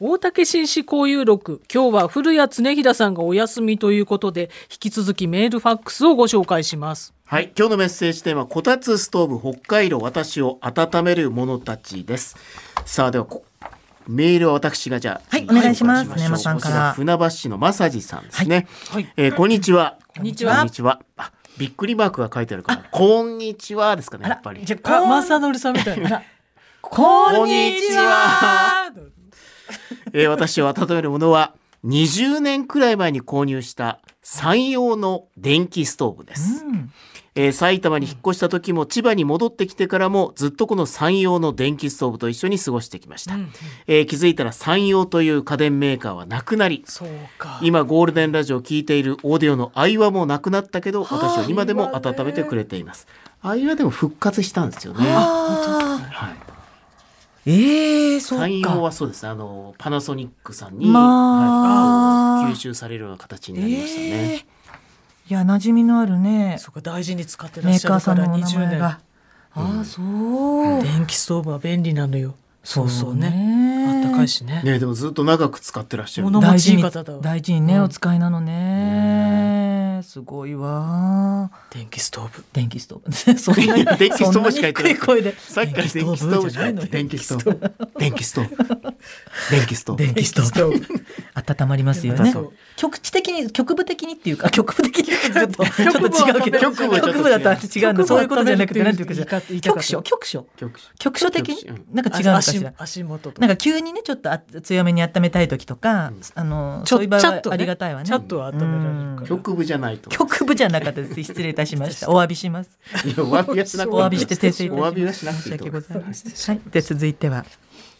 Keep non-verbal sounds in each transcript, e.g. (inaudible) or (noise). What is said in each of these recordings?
大竹紳士交友録今日は古谷恒秀さんがお休みということで引き続きメールファックスをご紹介しますはい今日のメッセージテーマこたつストーブ北海道私を温める者たちですさあではこメールは私がじゃあはいお願いします紹介しょう根山さんからこちら船橋市のまさじさんですね、はいはいえーこんにちはこんにちはこんにちはあびっくりマークが書いてあるからこんにちはですかねやっぱりじゃああこん正則さんみたいなこんにちはえー私を温めるものは20年くらい前に購入した山陽の電気ストーブです、うんえー埼玉に引っ越した時も千葉に戻ってきてからもずっとこの山陽の電気ストーブと一緒に過ごしてきました、うんえー気づいたら山陽という家電メーカーはなくなりそうか今ゴールデンラジオを聞いているオーディオの愛話もなくなったけどはあ私は今でも温めてくれています愛話でも復活したんですよね、あはい、ーえー、そう山陽かはそうですねあのパナソニックさんに、まあはい吸収されるような形になりましたね、えーいや馴染みのあるねそうか大事に使ってらメっーしゃカーるさかんのらお名20前年が、ああそう、電気ストーブは便利なのよそうそうねあったかいしねねでもずっと長く使ってらっしゃる物大事に持ちいい方だわ大事にね、うんお使いなのねすごいわ電気ストーブ電気ストーブそんなに (laughs) 電気ストーブしか言ってないそんなに低い声でさっきから電気ストーブじゃないの電電気ストーブ電気ストーブ電気ストーブ電気ストーブ温まりますよねそう局地的に局部的にっていうか局部的にってちょっとちょっと違うけど局部はちょっと違う局部だと違うんだそういうことじゃなくてなんていうかじゃ言い方言いたかっ局た所局所局所局所的局所にうなんか違うのか足しら足元となんか急にねちょっとあ強めに温めたい時とか、うんあのちょそういう場合ちゃはっとねありがたいわねちょっとは温められるから局部じゃないと局部じゃなかったです失礼いたしましたお詫びしますいやお詫びはしなくてお詫びして訂正いたしおます詫びはしなくてい申いしと訳思ごいざいまますせんはいで続いては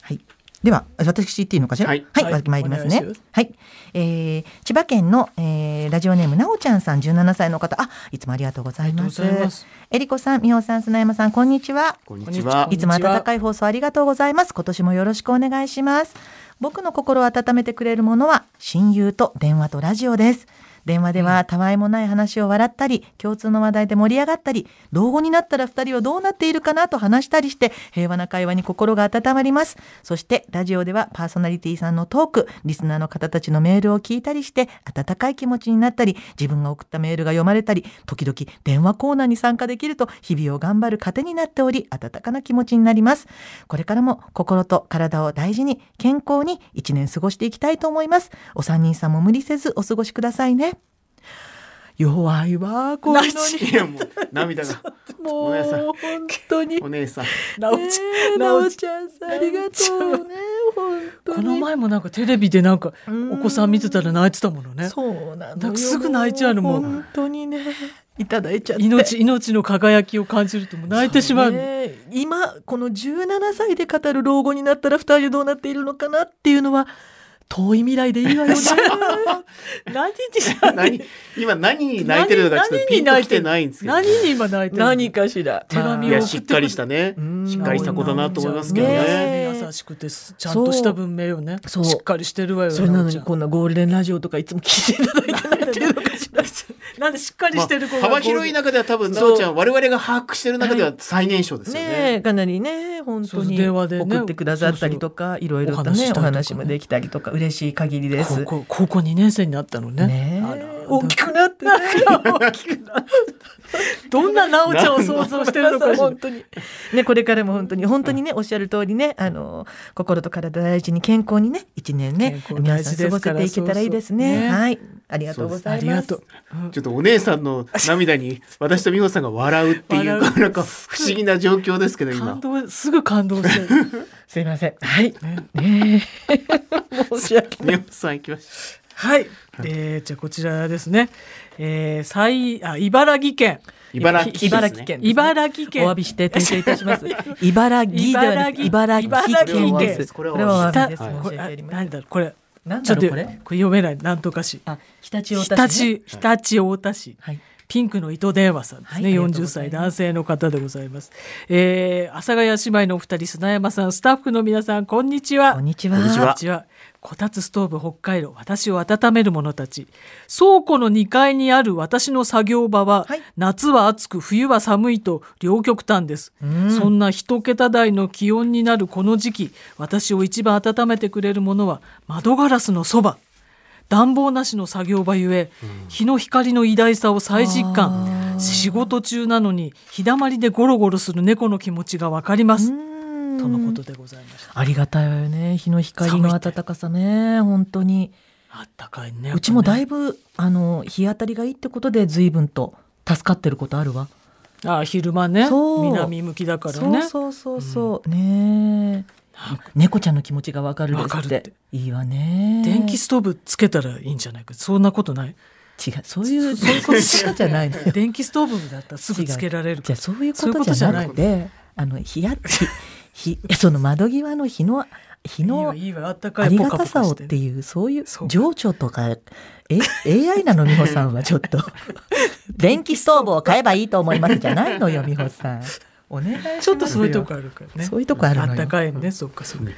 はいでは私言っていいのかしらはいはい参りますおね願いしはい、えー、千葉県の、えー、ラジオネームなおちゃんさん17歳の方あいつもありがとうございますありがとうございますえりこさんみほさん砂山さんこんにちはこんにちはこんいにつも温かい放送ありがとうございます。今年もよろしくお願いします。僕の心を温めてくれるものは親友と電話とラジオです。電話ではたわいもない話を笑ったり、共通の話題で盛り上がったり、老後になったら二人はどうなっているかなと話したりして、平和な会話に心が温まります。そして、ラジオではパーソナリティさんのトーク、リスナーの方たちのメールを聞いたりして、温かい気持ちになったり、自分が送ったメールが読まれたり、時々電話コーナーに参加できると、日々を頑張る糧になっており、温かな気持ちになります。これからも心と体を大事に、健康に一年過ごしていきたいと思います。お三人さんも無理せずお過ごしくださいね。弱いわ、こういうのに。いやもう涙がもごめんうなさい本当 (laughs) に。お姉さんなおちゃんななおちゃんおちゃんさん、ありがとうね、本当に。この前もなんかテレビでなんかうんお子さん見てたら泣いてたものねそうななのんよ。かすぐ泣いちゃうのもう本当にね、いただいちゃって。命命の輝きを感じるともう泣いてしまうねえ今この17歳で語る老後になったら2人でどうなっているのかなっていうのは遠い未来でいいわよね。何に何今何に泣いてるのかちょっとピンときてないんですけど何に今泣いてるの何かしら。手紙をいやしっかりしたねうんしっかりした子だなと思いますけねどねえ優しくてすちゃんとした文明をねしそうっかりしてるわよそれなのになおちこんなゴールデンラジオとかいつも聞いていただいてないっていうのかしゃら。んなんでしっかりまあしてる子が幅広い中では多分なおちゃん我々が把握してる中では最年少ですよねねえかなりね本当そうに電話でね送ってくださったりとかいろいろとお話ししたりとねかおね話もできたりとか嬉しい限りです。高校高校2年生になったのねねあえら大きくなってね。大きくなったどんななおちゃんを想像してる (laughs) のかしら本当にねこれからも本当に本当にねおっしゃる通りねあの心と体大事に健康にね一年ね健康皆大さん事過でごすかせらていけたらいいですねそうそうねはいありがとうござあいりまがすとうちょっとお姉さんの涙に私と美穂さんが笑うっていう笑う (laughs) なんか不思議な状況ですけど今感動すぐ感動してるすいませんはいねねえ申 (laughs) し訳ない美穂さん行きましはい、えー、じゃあこちらですね、えー、さいあ茨城県茨城ひ茨城県ですね茨城県お詫びして訂正いたし (laughs) ます。茨城ではなく茨茨城城県です。ここれれははおお詫たびです。申こしれ訳あありません。なんだろうこれなんちょだっろとうこれ。読めないなんとかしあ、常陸常太田市ね。陸太田市はい。ピンクの糸電話さんですね、はいありがとう40ございます歳男性の方でございます、えー、阿佐ヶ谷姉妹のお二人砂山さんスタッフの皆さんこんにちはこんにちこんにちこんははにちは。こたつストーブ北海道私を温める者たち倉庫の2階にある私の作業場は、はい夏は暑く冬は寒いと両極端です、そんな一桁台の気温になるこの時期私を一番温めてくれるものは窓ガラスのそば暖房なしの作業場ゆえ、日の光の偉大さを再実あ感仕事中なのに日だまりでゴロゴロする猫の気持ちがわかりますうんとのことでございましたありがたいわよね日の光の暖かさね本当にあったかいねうちやもっぱねだいぶあの日当たりがいいってことで随分と助かってることあるわあ昼間ねそう南向きだからねそうそうそうそう、ねえ猫ちゃんの気持ちがわかるですわっかてるっていいわね電気ストーブつけたらいいんじゃないかそんなことない違うそういうそういうことしかじゃないの (laughs) よ電気ストーブだったらすぐつけられるかじゃあらそういうことじゃなくそてあの日や日 (laughs) 日その窓際の日の日いいのわいいわあったかあいりポがカポたさカをしっててねいうそういうそう情緒とかえ AI なの美穂さんはちょっ (laughs) と電気ストーブを買えばいいと思いますじゃないのよ美穂 (laughs) さんお願いしますよちょっとそういうとこあるからねそういうとこあるのよあったかいねそっかそっか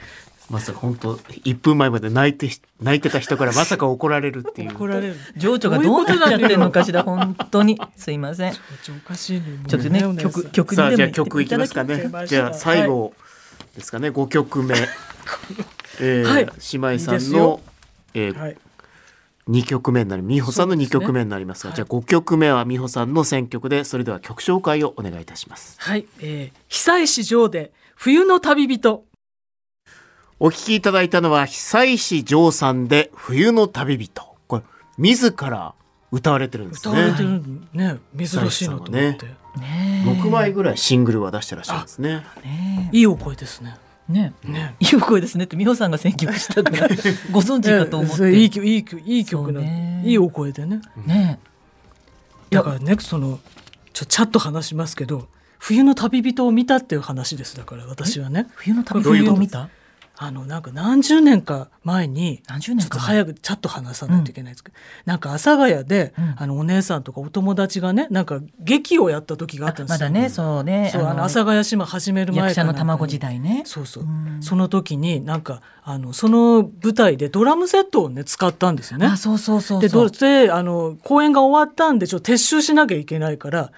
まさか本当一分前まで泣いて泣いてた人からまさか怒られるっていう。怒られる情緒がどうなっちゃってるのかしら本当にすいませんち情緒おかしいねもうょっとねお姉さん曲曲にさあじでゃあも曲いきますかいただねきま。したじゃあ最後ですかね、五曲目。えーはい姉妹さいいでんすよのえーはい二曲目になる美穂さんの二そうですね曲目になりますが、はいじゃあ五曲目は美穂さんの選曲でそれでは曲紹介をお願いいたします。はいえー久石譲で冬の旅人お聞きいただいたのは久石譲さんで冬の旅人。これ自ら歌われてるんです歌われてね。るね珍しいなと思っ久石さてんねえ六枚ぐらいシングルは出してらっしゃるんですね。ねいいお声ですねえねえねいい声ですねって美穂さんが選曲した (laughs) からご存知かと思っええていい曲いい曲いい曲なそうねんでいいお声でねねえだからねそのちょちゃっと話しますけど冬の旅人を見たっていう話ですだから私はね冬の旅どういう人こをと見たあのなんか何十年か前に何十年ちょっとか早くちゃっと話さないといけないですけど、なんか阿佐ヶ谷で、うんあのお姉さんとかお友達がねなんか劇をやった時があったんですよまだねそうねそうあの阿佐ヶ谷姉妹始める前役者かなのんかに卵時代ねそうそう、うんその時になんかあのその舞台でドラムセットをね使ったんですよねあそうそうそうでそどううしてあの公演が終わったんでちょっと撤収しなきゃいけないから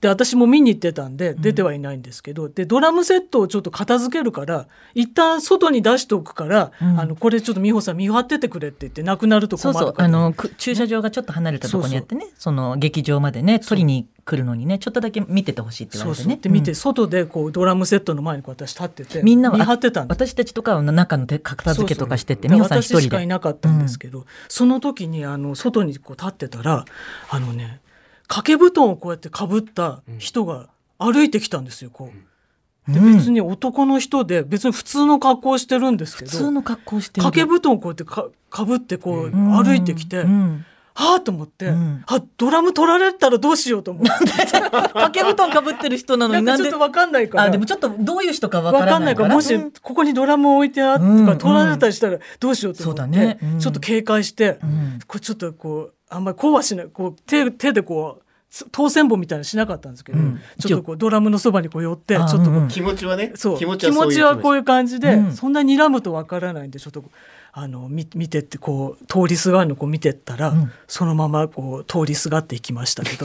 で私も見に行ってたんで出てはいないんですけど、でドラムセットをちょっと片付けるから一旦外に出しておくから、うんあのこれちょっと美穂さん見張っててくれって言ってなくなるとそ困うるからそうあのく駐車場がちょっと離れたところにあってねその劇場までね取りに来るのにねちょっとだけ見ててほしいって言そわうれそてうねで見うてん外でこうドラムセットの前にこう私立っててみんなは見張ってたんです私たちとかは中の手片付けとかしててそう美そう穂さん私し一人かでいなかったんですけど、その時にあの外にこう立ってたらあのね掛け布団をこうやってかぶった人が歩いてきたんですよこう。でうん別に男の人で別に普通の格好をしてるんですけ普ど通の格好してる掛け布団をこうやってかかぶってこううん歩いてきて、 (laughs) うんはあと思って、うんあドラム取られたらどうしようと思って掛け布団かぶってる人なのなんになかちんょでっとわかんないからあでもちょっとどういう人かわわかからんなないいかかららもしここにドラムを置いてあってうんうん取られたりしたらどうしようと思って、そうだねうんちょっと警戒して、うんこうちょっとこうあんまりこうはしないこう手手でこうす当選簿みたいなのしなかったんですけど、うんちょっとこうドラムのそばにこう寄ってちょあっとこう、うんうん気持ちはね、そう気持ち気はそう持いうちはこういう感じで、うんそんなに睨むとわからないんでちょっとこうあの見見てってこう通りすがるのこう見てったら、うんそのままこう通りすがっていきましたけ (laughs) ど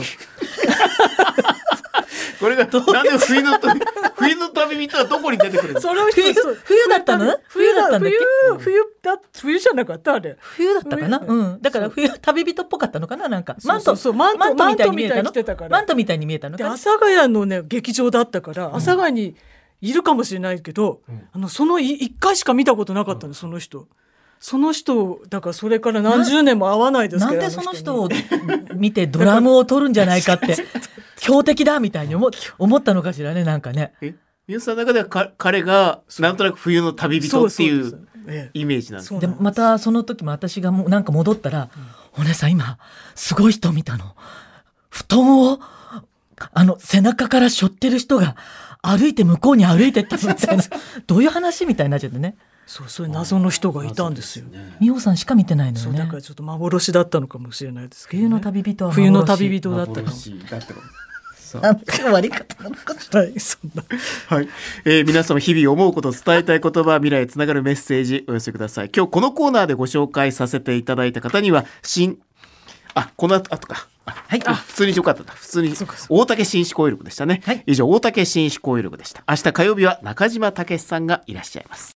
これがなんで冬の旅冬の旅人はどこに出てくるんですか。それを冬冬だったの冬冬だだったんだっ冬け冬だ冬じゃなかったあれ。冬だったかな、冬うん、だから冬旅人っぽかったのかななんかマンそうトそうそうマントみたいに見えマたントみたいにの着てたからマントみたいに見えたのでか阿な佐ヶ谷のね劇場だったから阿佐ヶ谷にいるかもしれないけど、あのそのい一回しか見たことなかったの、その人その人だからそれから何十年も会わないですなけんどでその人をを見てドラムを取るんじゃない (laughs) かって強敵だみたいに思思ったのかしらねなんかねえ美穂さんの中ではか彼がなんとなく冬の旅人っていそううええイメージなんですそうでなんですまたその時も私がもうなんか戻ったら「お姉さん今すごい人見たの布団をあの背中から (laughs) 背負ってる人が歩いて向こうに歩いてったみたいなどういう話みたいになっちゃってねそうそういう謎の人がいたんですよ。美穂さんしか見てないのそようだねからちょっと幻だったのかもしれないですけど、ね、冬の旅人は幻冬の旅人だったかも。だったかもさなんか終わり方なんかはい、そんな。あはい、えー皆様日々思うこと伝えたい言葉未来へつながるメッセージお寄せください今日このコーナーでご紹介させていただいた方には新あこの後あとかはいあ普通に良かったな普通にそうかそ大竹紳士交友力でしたね、はい以上大竹紳士交友力でした明日火曜日は中島武さんがいらっしゃいます